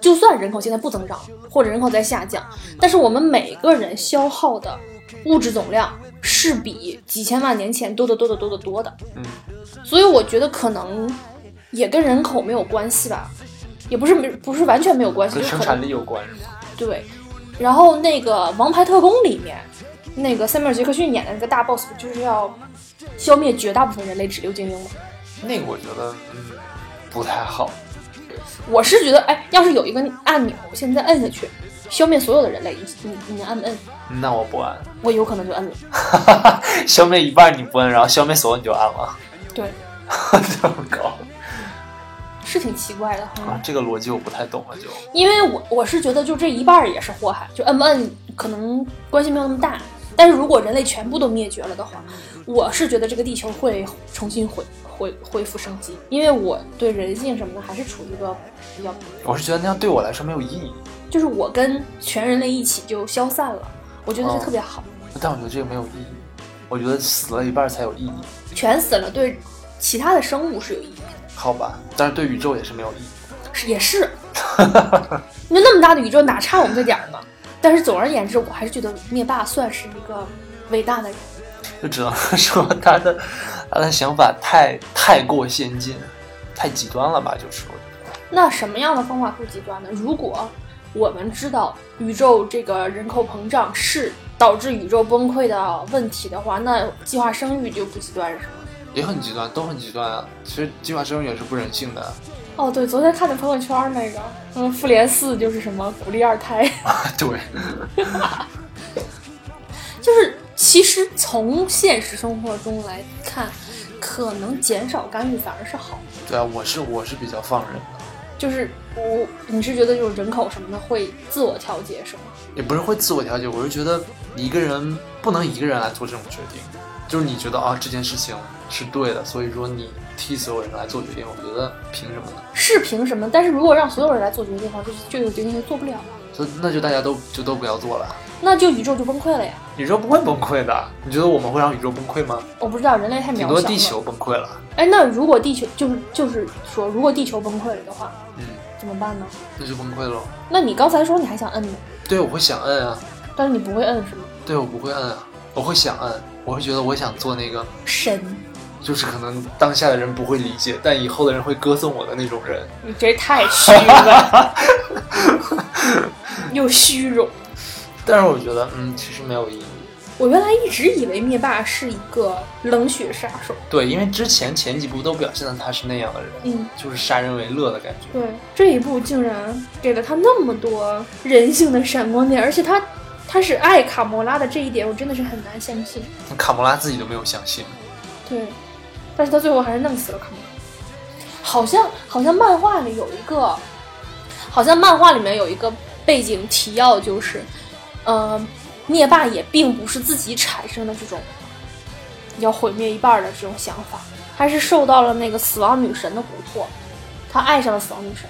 [SPEAKER 2] 就算人口现在不增长，或者人口在下降，但是我们每个人消耗的物质总量是比几千万年前多得多得多得多的。
[SPEAKER 3] 嗯，
[SPEAKER 2] 所以我觉得可能也跟人口没有关系吧，也不是没不是完全没有关系，
[SPEAKER 3] 跟
[SPEAKER 2] 就是
[SPEAKER 3] 生
[SPEAKER 2] 可能
[SPEAKER 3] 产力有关是吗？
[SPEAKER 2] 对，然后那个《王牌特工》里面，那个塞缪尔·杰克逊演的那个大 boss 不就是要消灭绝大部分人类，只留精英吗？
[SPEAKER 3] 那个我觉得嗯不太好。
[SPEAKER 2] 我是觉得，哎，要是有一个按钮，现在摁下去，消灭所有的人类，你你你按不摁？
[SPEAKER 3] 那我不按，
[SPEAKER 2] 我有可能就摁了。
[SPEAKER 3] 消灭一半你不按，然后消灭所有你就按了。
[SPEAKER 2] 对，
[SPEAKER 3] 这么高
[SPEAKER 2] 是挺奇怪的哈。
[SPEAKER 3] 啊？这个逻辑我不太懂了，就
[SPEAKER 2] 因为我我是觉得，就这一半儿也是祸害，就 M N 可能关系没有那么大，但是如果人类全部都灭绝了的话，我是觉得这个地球会重新恢恢恢复生机，因为我对人性什么的还是处于一个比较，
[SPEAKER 3] 我是觉得那样对我来说没有意义。
[SPEAKER 2] 就是我跟全人类一起就消散了，我觉得
[SPEAKER 3] 哦
[SPEAKER 2] 这特别好，
[SPEAKER 3] 但我觉得这个没有意义，我觉得死了一半才有意义，
[SPEAKER 2] 全死了对其他的生物是有意义的，
[SPEAKER 3] 好吧？但是对宇宙也是没有意义。
[SPEAKER 2] 是也是，因为那么大的宇宙哪差我们这点儿呢？但是总而言之，我还是觉得灭霸算是一个伟大的人。
[SPEAKER 3] 就只能 说他的他的想法太太过先进，太极端了吧？就是
[SPEAKER 2] 那什么样的方法更极端呢？如果我们知道宇宙这个人口膨胀是导致宇宙崩溃的问题的话，那计划生育就不极端是吗？
[SPEAKER 3] 也很极端，都很极端啊。其实计划生育也是不人性 的，啊
[SPEAKER 2] 哦，对，昨天看的朋友圈那个，嗯，复联四就是什么鼓励二胎，
[SPEAKER 3] 啊对，
[SPEAKER 2] 就是其实从现实生活中来看，可能减少干预反而是好的。
[SPEAKER 3] 对啊，我是我是比较放任的，
[SPEAKER 2] 就是我，你是觉得就是人口什么的会自我调节是吗？
[SPEAKER 3] 也不是会自我调节，我是觉得一个人不能一个人来做这种决定，就是你觉得啊这件事情是对的，所以说你替所有人来做决定，我觉得凭什么呢？
[SPEAKER 2] 是凭什么？但是如果让所有人来做决定的话，就就有决定就做不了了。
[SPEAKER 3] 所以那就大家都就都不要做了，
[SPEAKER 2] 那就宇宙就崩溃了呀！
[SPEAKER 3] 宇宙不会崩溃的。你觉得我们会让宇宙崩溃吗？
[SPEAKER 2] 我不知道人类太渺
[SPEAKER 3] 顶
[SPEAKER 2] 小
[SPEAKER 3] 多
[SPEAKER 2] 了。
[SPEAKER 3] 地球崩溃了。
[SPEAKER 2] 哎，那如果地球就是就是说，如果地球崩溃了的话，
[SPEAKER 3] 嗯，
[SPEAKER 2] 怎么办呢？
[SPEAKER 3] 那就崩溃喽。
[SPEAKER 2] 那你刚才说你还想摁呢，
[SPEAKER 3] 对，我会想摁啊。
[SPEAKER 2] 但是你不会摁是吗？
[SPEAKER 3] 对，我不会摁啊，我会想摁。我会觉得我想做那个，
[SPEAKER 2] 神，
[SPEAKER 3] 就是可能当下的人不会理解，但以后的人会歌颂我的那种人。
[SPEAKER 2] 你这太 虚了，又虚荣。
[SPEAKER 3] 但是我觉得，嗯，其实没有意义。
[SPEAKER 2] 我原来一直以为灭霸是一个冷血杀手，
[SPEAKER 3] 对，因为之前前几部都表现的他是那样的人，
[SPEAKER 2] 嗯，
[SPEAKER 3] 就是杀人为乐的感觉。
[SPEAKER 2] 对，这一部竟然给了他那么多人性的闪光点，而且他他是爱卡魔拉的这一点，我真的是很难相信。
[SPEAKER 3] 卡莫拉自己都没有相信。
[SPEAKER 2] 对，但是他最后还是弄死了卡姆。好像好像漫画里有一个，好像漫画里面有一个背景提要，就是，呃，灭霸也并不是自己产生的这种要毁灭一半儿的这种想法，他是受到了那个死亡女神的蛊惑，他爱上了死亡女神。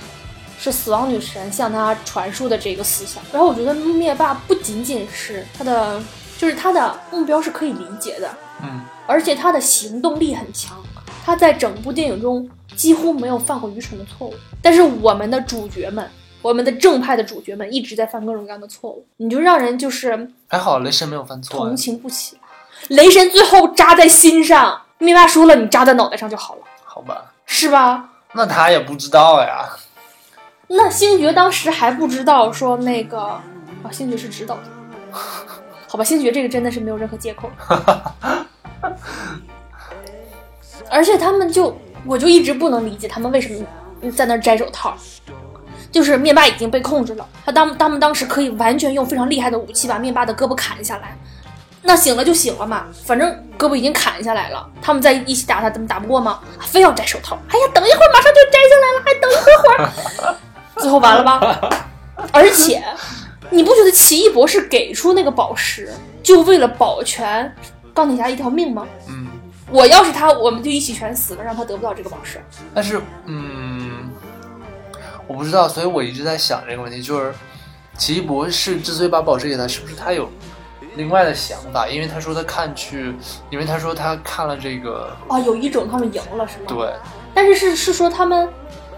[SPEAKER 2] 是死亡女神向他传输的这个思想，然后我觉得灭霸不仅仅是他的，就是他的目标是可以理解的，
[SPEAKER 3] 嗯，
[SPEAKER 2] 而且他的行动力很强，他在整部电影中几乎没有犯过愚蠢的错误。但是我们的主角们，我们的正派的主角们一直在犯各种各样的错误，你就让人就是
[SPEAKER 3] 还好雷神没有犯错、啊
[SPEAKER 2] 同情不起。雷神最后扎在心上，灭霸说了，你扎在脑袋上就好了，
[SPEAKER 3] 好吧？
[SPEAKER 2] 是吧？
[SPEAKER 3] 那他也不知道呀。
[SPEAKER 2] 那星爵当时还不知道说那个啊，星爵是指导的， 好吧，星爵这个真的是没有任何借口。 而且他们就，我就一直不能理解他们为什么在那儿摘手套。就是灭霸已经被控制了，他当他们当时可以完全用非常厉害的武器把灭霸的胳膊砍下来，那醒了就醒了嘛，反正胳膊已经砍下来了，他们在一起打他，怎么打不过吗？啊非要摘手套，哎呀，等一会儿马上就摘下来了，还等一会儿会儿，最后完了吧？而且，你不觉得奇异博士给出那个宝石，就为了保全钢铁侠一条命吗？
[SPEAKER 3] 嗯，
[SPEAKER 2] 我要是他，我们就一起全死了，让他得不到这个宝石。
[SPEAKER 3] 但是，嗯，我不知道，所以我一直在想这个问题，就是奇异博士之所以把宝石给他，是不是他有另外的想法？因为他说他看去，因为他说他看了这个，
[SPEAKER 2] 哦，有一种他们赢了是吗？。
[SPEAKER 3] 对，
[SPEAKER 2] 但是是是说他们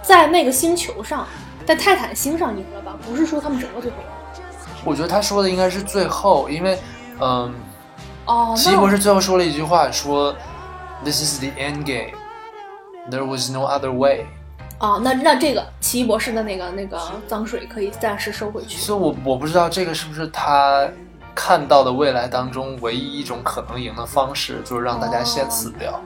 [SPEAKER 2] 在那个星球上，在泰坦星上赢了吧？不是说他们整个最后赢了。
[SPEAKER 3] 我觉得他说的应该是最后，因为，嗯，
[SPEAKER 2] 哦，
[SPEAKER 3] 奇异
[SPEAKER 2] 那
[SPEAKER 3] 博
[SPEAKER 2] 我
[SPEAKER 3] 士最后说了一句话，说 “This is the end game, there was no other way”，
[SPEAKER 2] 哦，那那这个奇异博士的那个那个脏水可以暂时收回去。
[SPEAKER 3] 所以我我不知道这个是不是他看到的未来当中唯一一种可能赢的方式，就是让大家先死掉。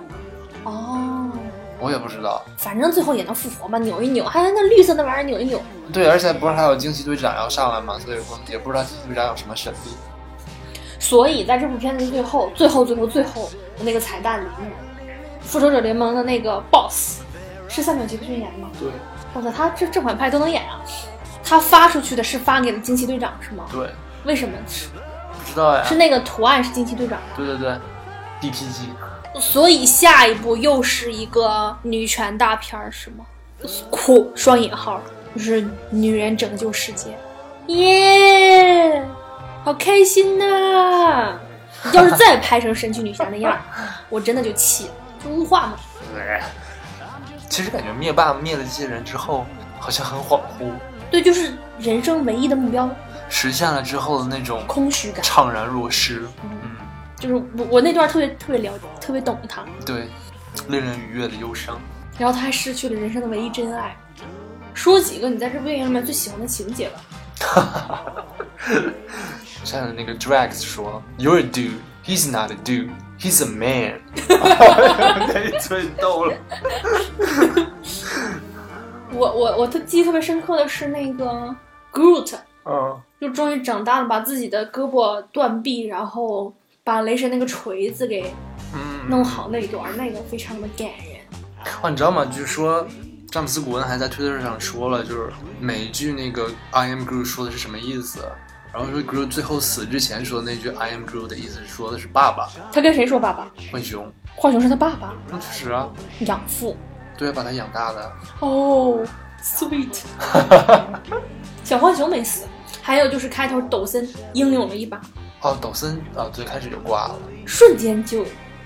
[SPEAKER 2] 哦，
[SPEAKER 3] 我也不知道。
[SPEAKER 2] 反正最后也能复活嘛，扭一扭，还有那绿色那玩意儿扭一扭。
[SPEAKER 3] 对，而且不是还有惊奇队长要上来嘛，所以我们也不知道惊奇队长有什么神力。
[SPEAKER 2] 所以在这部片子最后，最后最后最后的那个彩蛋里面，复仇者联盟的那个 BOSS 是三秒杰克逊演的吗？
[SPEAKER 3] 对
[SPEAKER 2] 我操，他这正反派都能演啊！他发出去的是发给了惊奇队长是吗？
[SPEAKER 3] 对，
[SPEAKER 2] 为什么是
[SPEAKER 3] 不知道呀
[SPEAKER 2] 是。那个图案是惊奇队长
[SPEAKER 3] 对对对，DPG
[SPEAKER 2] 的？所以下一步又是一个女权大片儿是吗？酷双引号就是女人拯救世界，耶、好开心呐、 要是再拍成神奇女侠那样， 我真的就气了，就污化嘛。
[SPEAKER 3] 其实感觉灭霸灭了这些人之后，好像很恍惚，
[SPEAKER 2] 对，就是人生唯一的目标
[SPEAKER 3] 实现了之后的那种
[SPEAKER 2] 空虚感。
[SPEAKER 3] 怅然若失。嗯，
[SPEAKER 2] 就是我我那段特别特别了解，特别懂他。
[SPEAKER 3] 对，令人愉悦的忧伤。
[SPEAKER 2] 然后他还失去了人生的唯一真爱。说几个你在这部电影里面最喜欢的情节吧。
[SPEAKER 3] 像那个 Drax 说：“You're a dude, he's not a dude, he's a man。” 太最逗了。
[SPEAKER 2] 我我我特记忆特别深刻的是那个 Groot，
[SPEAKER 3] 嗯，
[SPEAKER 2] 就终于长大了，把自己的胳膊断臂，然后把雷神那个锤子给
[SPEAKER 3] 嗯
[SPEAKER 2] 弄好那一段，那个非常的感人。
[SPEAKER 3] 哦，你知道吗？据说詹姆斯·古恩还在推特上说了，就是每一句那个 “I am Groot” 说的是什么意思。然后说 Groot 最后死之前说的那句 “I am Groot” 的意思是说的是爸爸，
[SPEAKER 2] 他跟谁说爸爸？
[SPEAKER 3] 浣熊。
[SPEAKER 2] 浣熊是他爸爸，
[SPEAKER 3] 那确实啊，
[SPEAKER 2] 养父。
[SPEAKER 3] 对，啊把他养大的。
[SPEAKER 2] 哦、s w e e t 小浣熊没死。还有就是开头抖森英勇了一把，
[SPEAKER 3] 哦，抖森啊，最开始就挂了。
[SPEAKER 2] 瞬间就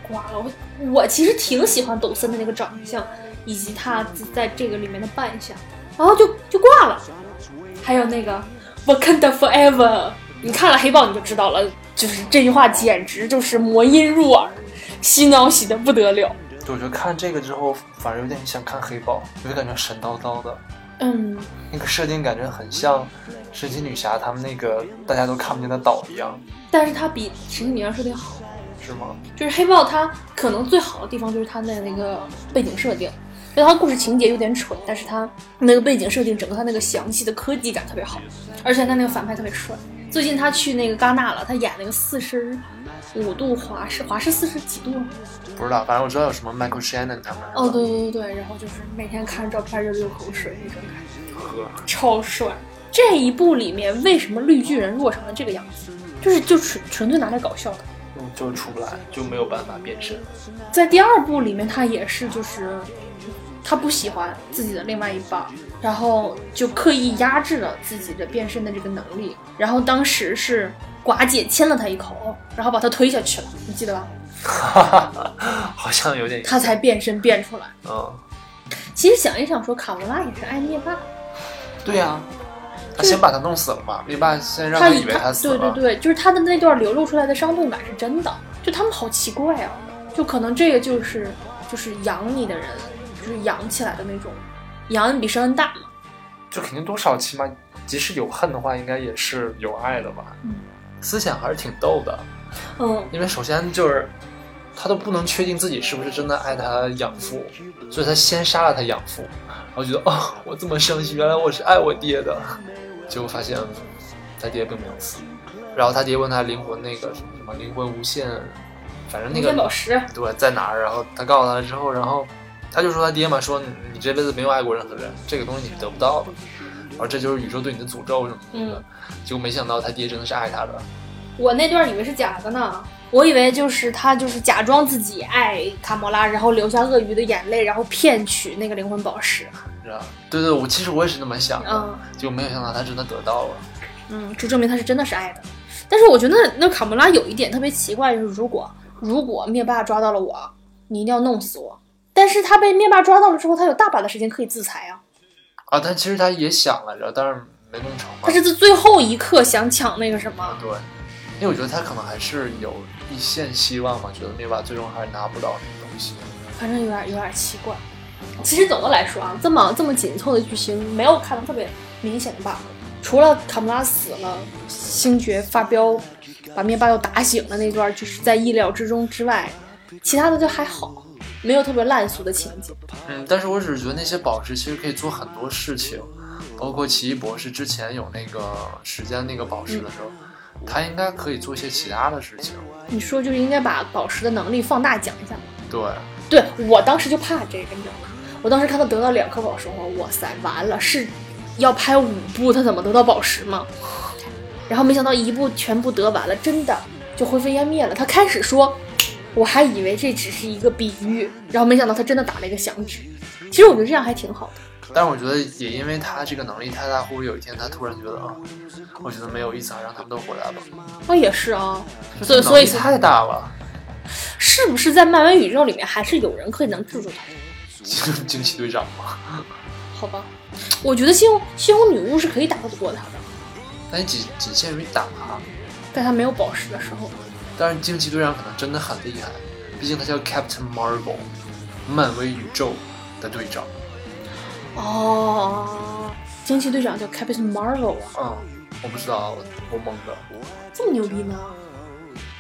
[SPEAKER 2] 挂了。我我其实挺喜欢抖森的那个长相，以及他在这个里面的扮相，然后就就挂了。还有那个 Wakanda Forever，你看了黑豹你就知道了，就是这句话简直就是魔音入耳，洗脑洗的不得了。
[SPEAKER 3] 就我觉得看这个之后，反而有点像看黑豹，有点感觉神叨叨的。
[SPEAKER 2] 嗯，
[SPEAKER 3] 那个设定感觉很像神奇女侠他们那个大家都看不见的岛一样，
[SPEAKER 2] 但是他比神奇女侠说的好。
[SPEAKER 3] 是吗？
[SPEAKER 2] 就是黑豹它可能最好的地方就是它的那个背景设定，就它故事情节有点蠢，但是它那个背景设定，整个它那个详细的科技感特别好，而且它那个反派特别帅。最近他去那个戛纳了，他演那个四十五度华氏，华氏四十几度啊。
[SPEAKER 3] 不知道，反正我知道有什么 Michael Shannon 他们。
[SPEAKER 2] 哦，对对对对，然后就是每天看着照片就流口水那种感觉， 超帅。这一部里面为什么绿巨人弱成了这个样子？就是就纯纯粹拿来搞笑的。
[SPEAKER 3] 嗯，就是出不来，就没有办法变身。
[SPEAKER 2] 在第二部里面，他也是就是他不喜欢自己的另外一半儿，然后就刻意压制了自己的变身的这个能力。然后当时是寡姐亲了他一口，然后把他推下去了，你记得吧？
[SPEAKER 3] 哈哈哈， 好像有点。
[SPEAKER 2] 他才变身变出来。
[SPEAKER 3] 嗯，
[SPEAKER 2] 其实想一想说，卡罗拉也是爱灭霸，
[SPEAKER 3] 对啊呀、他先把他弄死了嘛，灭霸先让
[SPEAKER 2] 他
[SPEAKER 3] 以为他死
[SPEAKER 2] 对
[SPEAKER 3] 了。
[SPEAKER 2] 对对，就是他的那段流露出来的伤痛感是真的。就他们好奇怪啊，就可能这个就是就是养你的人，就是养起来的那种，养恩比生恩大嘛。
[SPEAKER 3] 就肯定多少起码，即使有恨的话，应该也是有爱的吧。
[SPEAKER 2] 嗯
[SPEAKER 3] 思想还是挺逗的，
[SPEAKER 2] 嗯，
[SPEAKER 3] 因为首先就是他都不能确定自己是不是真的爱他养父，所以他先杀了他养父，然后觉得哦，我这么伤心，原来我是爱我爹的，结果发现他爹并没有死，然后他爹问他灵魂那个什么灵魂无限，反正那个
[SPEAKER 2] 天宝石，
[SPEAKER 3] 对，在哪儿？然后他告诉他之后，然后他就说他爹嘛，说你你这辈子没有爱过任何人，这个东西你是得不到的，然后这就是宇宙对你的诅咒什么的。结果没想到他爹真的是爱他的，
[SPEAKER 2] 我那段以为是假的呢，我以为就是他就是假装自己爱卡莫拉，然后流下鳄鱼的眼泪，然后骗取那个灵魂宝石。
[SPEAKER 3] 是吧？对对，我其实我也是那么想的
[SPEAKER 2] 嗯，
[SPEAKER 3] 就没有想到他真的得到了。
[SPEAKER 2] 嗯，就证明他是真的是爱的。但是我觉得那卡莫拉有一点特别奇怪，就是如果如果灭霸抓到了我，你一定要弄死我。但是他被灭霸抓到了之后，他有大把的时间可以自裁啊。
[SPEAKER 3] 啊，但其实他也想来着，但是没弄成嘛。
[SPEAKER 2] 他是在最后一刻想抢那个什么，
[SPEAKER 3] 对，因为我觉得他可能还是有一线希望嘛，觉得灭霸最终还是拿不到那个东西。
[SPEAKER 2] 反正有点有点奇怪。其实总的来说啊，这么这么紧凑的剧情，没有看到特别明显的 bug。除了卡姆拉死了，星爵发飙把灭霸又打醒了那段，就是在意料之中之外，其他的就还好，没有特别烂俗的情节。
[SPEAKER 3] 嗯，但是我只是觉得那些宝石其实可以做很多事情，包括奇异博士之前有那个时间那个宝石的时候，
[SPEAKER 2] 嗯
[SPEAKER 3] 他应该可以做一些其他的事情。
[SPEAKER 2] 你说就是应该把宝石的能力放大讲一下吗？
[SPEAKER 3] 对，
[SPEAKER 2] 对我当时就怕这个，你知道吗？我当时看他得到两颗宝石，我哇塞，完了是要拍五部，他怎么得到宝石嘛？然后没想到一部全部得完了，真的就灰飞烟灭了。他开始说，我还以为这只是一个比喻，然后没想到他真的打了一个响指。其实我觉得这样还挺好的。
[SPEAKER 3] 但是我觉得也因为他这个能力太大，会不会有一天他突然觉得啊，我觉得没有意思啊，让他们都回来吧。
[SPEAKER 2] 啊，也是啊，所
[SPEAKER 3] 这
[SPEAKER 2] 以
[SPEAKER 3] 能
[SPEAKER 2] 所以
[SPEAKER 3] 力太大了，
[SPEAKER 2] 是不是在漫威宇宙里面还是有人可以能制住他？
[SPEAKER 3] 惊奇队长嘛。
[SPEAKER 2] 好吧，我觉得猩红猩红女巫是可以打得过他的，
[SPEAKER 3] 但也仅仅限于打他。
[SPEAKER 2] 在他没有宝石的时候。
[SPEAKER 3] 当然，惊奇队长可能真的很厉害，毕竟他叫 Captain Marvel，漫威宇宙的队长。
[SPEAKER 2] 哦，惊奇队长叫 Captain Marvel 啊，
[SPEAKER 3] 嗯，我不知道，我我懵的。
[SPEAKER 2] 这么牛逼呢？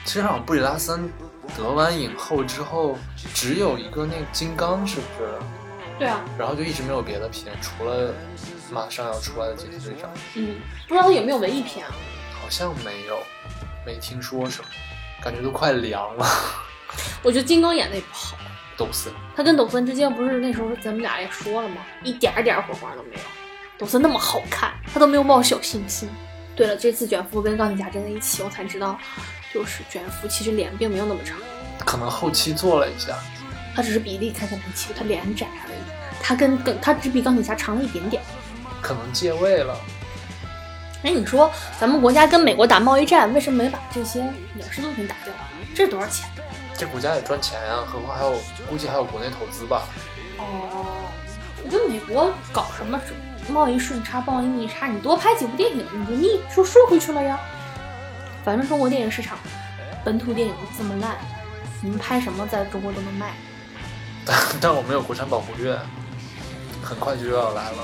[SPEAKER 3] 其实好像布里拉森得完影后之后，只有一个那个金刚，是不是？
[SPEAKER 2] 对啊，
[SPEAKER 3] 然后就一直没有别的片，除了马上要出来的惊奇队长，
[SPEAKER 2] 嗯，不知道他有没有文艺片啊？
[SPEAKER 3] 好像没有，没听说什么，感觉都快凉了。
[SPEAKER 2] 我觉得金刚演的也不好，
[SPEAKER 3] 抖森，
[SPEAKER 2] 他跟抖森之间不是那时候咱们俩也说了吗？一点儿点儿火花都没有。抖森那么好看，他都没有冒小星星。对了，这次卷福跟钢铁侠站在一起，我才知道，就是卷福其实脸并没有那么长，
[SPEAKER 3] 可能后期做了一下，
[SPEAKER 2] 他只是比例看起来很奇怪，他脸很窄而已。他跟跟他只比钢铁侠长了一点点。
[SPEAKER 3] 可能借位了。
[SPEAKER 2] 哎，你说咱们国家跟美国打贸易战，为什么没把这些影视作品打掉？啊这是多少钱？
[SPEAKER 3] 这国家也赚钱呀、何况还有估计还有国内投资吧。
[SPEAKER 2] 哦，我觉得美国搞什么贸易顺差、贸易逆差，你多拍几部电影，你就逆就顺回去了呀。反正中国电影市场，本土电影这么烂，你们拍什么在中国都能卖。
[SPEAKER 3] 但但我们有国产保护月，很快就要来了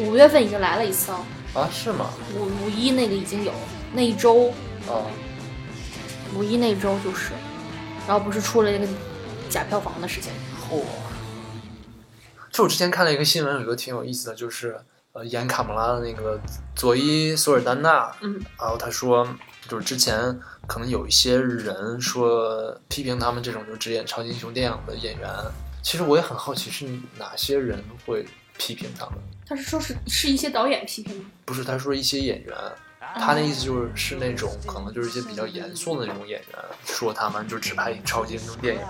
[SPEAKER 2] 五月份已经来了一次哦，
[SPEAKER 3] 啊？是吗？
[SPEAKER 2] 五五一那个已经有那一周，
[SPEAKER 3] 啊，
[SPEAKER 2] 五一那一周就是，然后不是出了那个假票房的事情。
[SPEAKER 3] 嚯！就我之前看了一个新闻，有一个挺有意思的，就是呃演卡梅拉的那个佐伊·索尔丹娜，
[SPEAKER 2] 嗯，
[SPEAKER 3] 然后他说，就是之前可能有一些人说批评他们这种就只演超级英雄电影的演员，其实我也很好奇是哪些人会批评他们，
[SPEAKER 2] 他是说是是一些导演批评吗？
[SPEAKER 3] 不是他说一些演员。他那意思就是是那种可能就是一些比较严肃的那种演员，说他们就只拍超级英雄电影。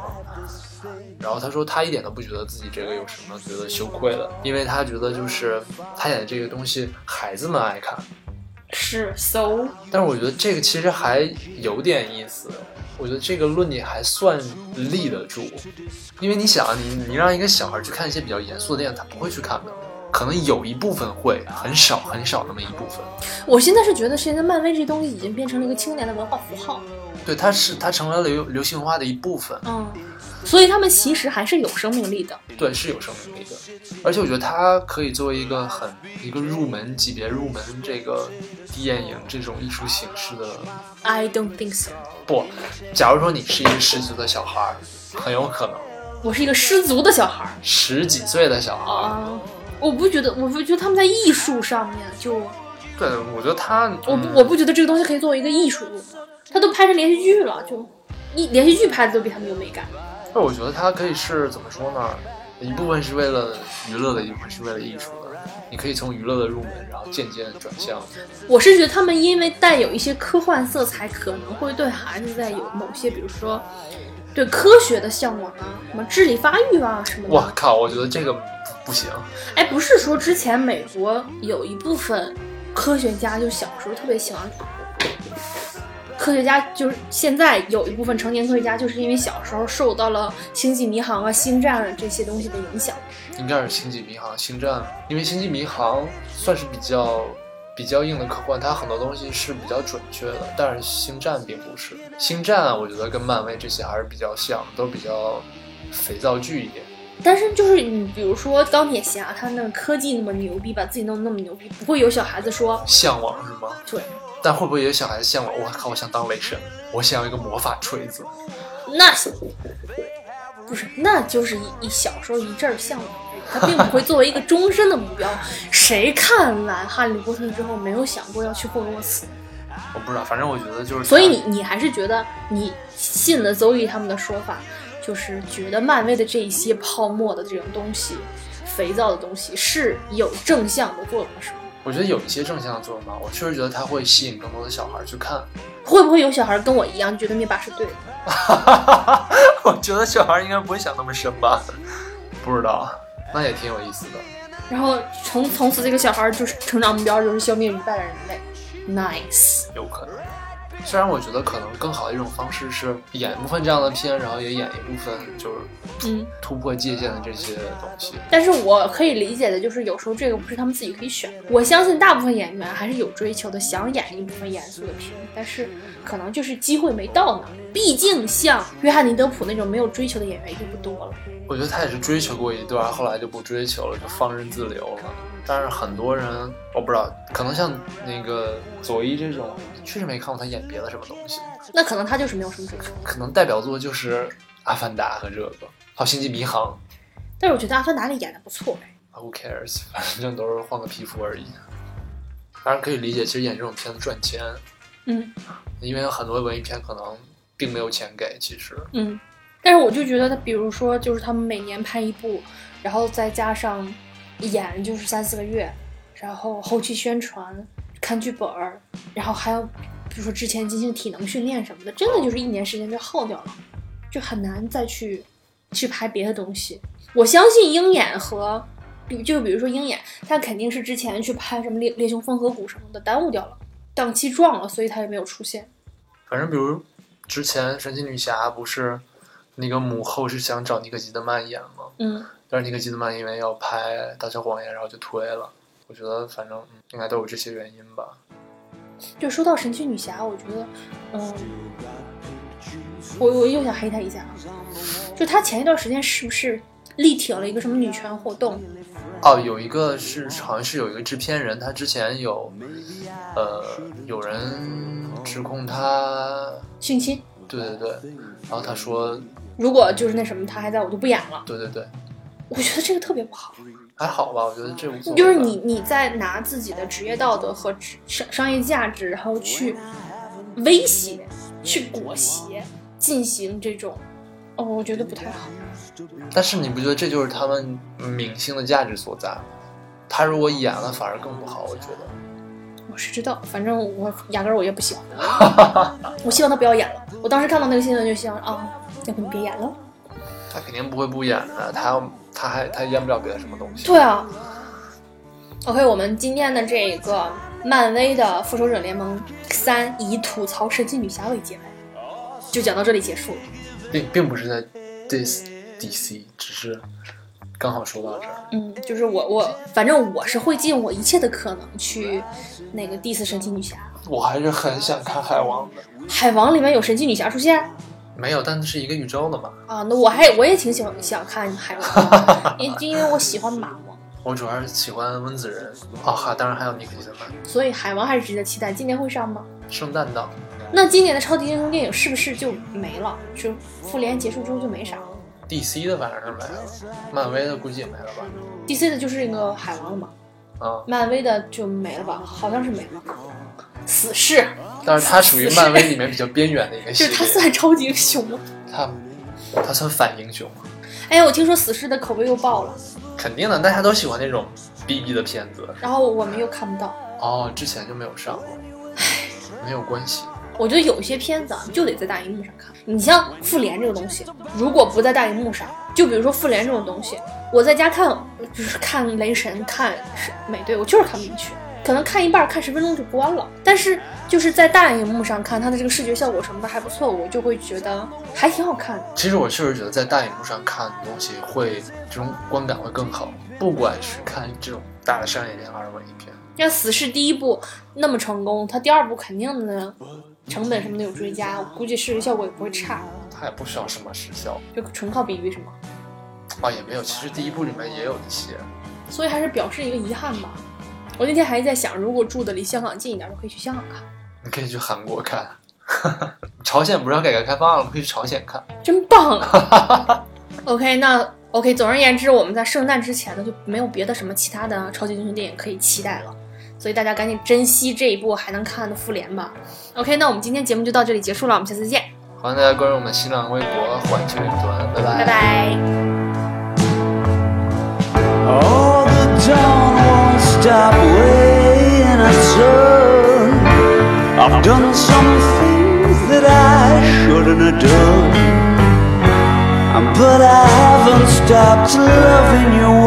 [SPEAKER 3] 然后他说他一点都不觉得自己这个有什么觉得羞愧的，因为他觉得就是他演的这个东西孩子们爱看。
[SPEAKER 2] 是 so
[SPEAKER 3] 但是我觉得这个其实还有点意思，我觉得这个论点还算立得住，因为你想啊，你你让一个小孩去看一些比较严肃的电影，他不会去看的，可能有一部分会，很少很少那么一部分。
[SPEAKER 2] 我现在是觉得，现在漫威这东西已经变成了一个青年的文化符号，
[SPEAKER 3] 对，它是它成为了流流行文化的一部分，
[SPEAKER 2] 嗯，所以他们其实还是有生命力的。
[SPEAKER 3] 对，是有生命力的。而且我觉得它可以作为一个很一个入门级别、入门这个电影这种艺术形式的
[SPEAKER 2] I don't think so。
[SPEAKER 3] 不。假如说你是一个十几岁的小孩儿，很有可能
[SPEAKER 2] 我是一个失足的小孩儿
[SPEAKER 3] 十几岁的小孩儿。
[SPEAKER 2] 啊，我不觉得，我不觉得他们在艺术上面就，
[SPEAKER 3] 对，我觉得嗯他，
[SPEAKER 2] 我不我不觉得这个东西可以作为一个艺术作品，他都拍成连续剧了，就一连续剧拍的都比他们有美感。
[SPEAKER 3] 不，我觉得他可以是怎么说呢？一部分是为了娱乐的，一部分是为了艺术的。你可以从娱乐的入门，然后渐渐转向。
[SPEAKER 2] 我是觉得他们因为带有一些科幻色彩，可能会对孩子在有某些，比如说对科学的向往啊，什么智力发育啊什么的。
[SPEAKER 3] 我靠，我觉得这个不行。
[SPEAKER 2] 哎，不是说之前美国有一部分科学家就小时候特别喜欢，科学家就是现在有一部分成年科学家就是因为小时候受到了《星际迷航》啊、《星战》啊这些东西的影响。
[SPEAKER 3] 应该是《星际迷航》《星战》，因为《星际迷航》算是比较比较硬的科幻，它很多东西是比较准确的，但是《星战》并不是。《星战》啊我觉得跟漫威这些还是比较像，都比较肥皂剧一点。
[SPEAKER 2] 但是就是你比如说钢铁侠，他那个科技那么牛逼，把自己弄得那么牛逼，不会有小孩子说
[SPEAKER 3] 向往是吗？
[SPEAKER 2] 对。
[SPEAKER 3] 但会不会有小孩子向往？我靠，我想当雷神，我想要一个魔法锤子。
[SPEAKER 2] 那是不是，那就是一一小时候一阵儿向往，他并不会作为一个终身的目标。谁看完《哈利波特》之后没有想过要去霍格沃茨？
[SPEAKER 3] 我不知道，反正我觉得就是他。
[SPEAKER 2] 所以你你还是觉得你信了邹毅他们的说法，就是觉得漫威的这一些泡沫的这种东西、肥皂的东西是有正向的作用的，是吗？
[SPEAKER 3] 我觉得有一些正向的作用吧，我确实觉得它会吸引更多的小孩去看。
[SPEAKER 2] 会不会有小孩跟我一样觉得灭霸是对的？
[SPEAKER 3] 我觉得小孩应该不会想那么深吧，不知道，那也挺有意思的。
[SPEAKER 2] 然后从从此这个小孩就是成长目标就是消灭一半的人类，nice。
[SPEAKER 3] 有可能。虽然我觉得可能更好的一种方式是演一部分这样的片，然后也演一部分就是
[SPEAKER 2] 嗯，
[SPEAKER 3] 突破界限的这些东西。
[SPEAKER 2] 但是我可以理解的就是，有时候这个不是他们自己可以选的。我相信大部分演员还是有追求的，想演一部分严肃的片，但是可能就是机会没到呢。毕竟像约翰尼德普那种没有追求的演员已经不多了。
[SPEAKER 3] 我觉得他也是追求过一段，后来就不追求了，就放任自流了。但是很多人我不知道，可能像那个佐伊这种，确实没看过他演别的什么东西。
[SPEAKER 2] 那可能他就是没有什么追求。
[SPEAKER 3] 可能代表作就是《阿凡达》和这个，还有《星际迷航
[SPEAKER 2] 但是我觉得《阿凡达》里演的不错哎。》。
[SPEAKER 3] Who cares？反 正都是换个皮肤而已。当然可以理解，其实演这种片子赚钱，
[SPEAKER 2] 嗯
[SPEAKER 3] 因为很多文艺片可能并没有钱给。其实
[SPEAKER 2] 嗯。但是我就觉得他，比如说就是他们每年拍一部，然后再加上演就是三四个月，然后后期宣传、看剧本儿，然后还有比如说之前进行体能训练什么的，真的就是一年时间就耗掉了，就很难再去去拍别的东西。我相信鹰眼和，比就比如说鹰眼，他肯定是之前去拍什么猎猎熊风河谷什么的耽误掉了，档期撞了，所以他也没有出现。
[SPEAKER 3] 反正比如之前神奇女侠不是那个母后是想找尼克基德曼演吗？
[SPEAKER 2] 嗯，
[SPEAKER 3] 但是尼克基德曼因为要拍《大小谎言》，然后就推了。我觉得反正、嗯应该都有这些原因吧。
[SPEAKER 2] 就说到神奇女侠，我觉得，嗯，我我又想黑她一下啊，就她前一段时间是不是力挺了一个什么女权活动？
[SPEAKER 3] 哦，有一个是好像是有一个制片人，他之前有，呃，有人指控他，
[SPEAKER 2] 性侵？
[SPEAKER 3] 对对对，然后他说，
[SPEAKER 2] 如果就是那什么，她还在我就不演了。
[SPEAKER 3] 对对对，
[SPEAKER 2] 我觉得这个特别不好，
[SPEAKER 3] 还好吧，我觉得这无所谓吧。
[SPEAKER 2] 就是你你在拿自己的职业道德和职商商业价值，然后去威胁、去裹挟，进行这种，哦，我觉得不太好。
[SPEAKER 3] 但是你不觉得这就是他们明星的价值所在吗？他如果演了，反而更不好，我觉得。
[SPEAKER 2] 我是知道，反正我压根儿我也不喜欢他，我希望他 不要演了。我当时看到那个新闻就想啊，要不你别演了。
[SPEAKER 3] 他肯定不会不演的，他要他还他演不了别的什么东西。
[SPEAKER 2] 对啊。OK，我们今天的这个漫威的《复仇者联盟三》以吐槽神奇女侠为结尾，就讲到这里结束了。
[SPEAKER 3] 并并不是在 dis DC，只是刚好说到这儿。
[SPEAKER 2] 嗯，就是我我反正我是会尽我一切的可能去那个 diss 神奇女侠。
[SPEAKER 3] 我还是很想看海王的，
[SPEAKER 2] 海王里面有神奇女侠出现
[SPEAKER 3] 没有，但是一个宇宙的嘛。
[SPEAKER 2] 啊，那我还我也挺喜欢想看海王的，因因为我喜欢马王。
[SPEAKER 3] 我主要是喜欢温子仁，哦哈，当然还有尼克基德曼。
[SPEAKER 2] 所以海王还是值得期待。今年会上吗？
[SPEAKER 3] 圣诞档，
[SPEAKER 2] 那今年的超级英雄电影是不是就没了？就复联结束之后就没啥了
[SPEAKER 3] DC 的反正是没了，漫威的估计也没了吧？
[SPEAKER 2] ？DC 的就是那个海王了嘛，
[SPEAKER 3] 啊、
[SPEAKER 2] 漫威的就没了吧？好像是没了。死侍
[SPEAKER 3] 但是它属 于漫威里面比较边缘的一个
[SPEAKER 2] 就是
[SPEAKER 3] 系
[SPEAKER 2] 他
[SPEAKER 3] 列，
[SPEAKER 2] 算超级英雄吗？
[SPEAKER 3] 它它算反英雄。
[SPEAKER 2] 哎，我听说死侍的口碑又爆了，
[SPEAKER 3] 肯定的，大家都喜欢那种 BB 的片子。
[SPEAKER 2] 然后我们又看不到。
[SPEAKER 3] 哦，之前就没有上过，没有关系。
[SPEAKER 2] 我觉得有些片子啊，就得在大荧幕上看。你像《复联》这个东西，如果不在大荧幕上，就比如说《复联》这种东西，我在家看，就是看雷神、看美队，我就是看不进去，可能看一半儿，看十分钟就关了。但是就是在大荧幕上看，它的这个视觉效果什么的还不错，我就会觉得还挺好看的。
[SPEAKER 3] 其实我确实觉得在大荧幕上看东西会这种观感会更好，不管是看这种大的商业片还是文艺片。
[SPEAKER 2] 像《死侍》第一部那么成功，它第二部肯定的成本什么的有追加，我估计视觉效果也不会差，
[SPEAKER 3] 它也不需要什么时效
[SPEAKER 2] 就纯靠比喻什么。
[SPEAKER 3] 啊，也没有。其实第一部里面也有一些，
[SPEAKER 2] 所以还是表示一个遗憾吧。我那天还在想，如果住的离香港近一点，就可以去香港看，
[SPEAKER 3] 你可以去韩国看。 朝鲜不是要改革开放了吗？可以去朝鲜看。
[SPEAKER 2] 真棒啊！OK，那 OK，总而言之，我们在圣诞之前呢，就没有别的什么其他的超级英雄电影可以期待了，所以大家赶紧珍惜这一部还能看的《复联》吧。OK，那我们今天节目就到这里结束了，我们下次见，
[SPEAKER 3] 欢迎大家关注我们新浪微博“环球影团”，拜
[SPEAKER 2] 拜
[SPEAKER 3] 拜
[SPEAKER 2] 拜。
[SPEAKER 1] Oh, the dawn won't stop weighing us up. I've done some things that I shouldn't have done. But I haven't stopped loving you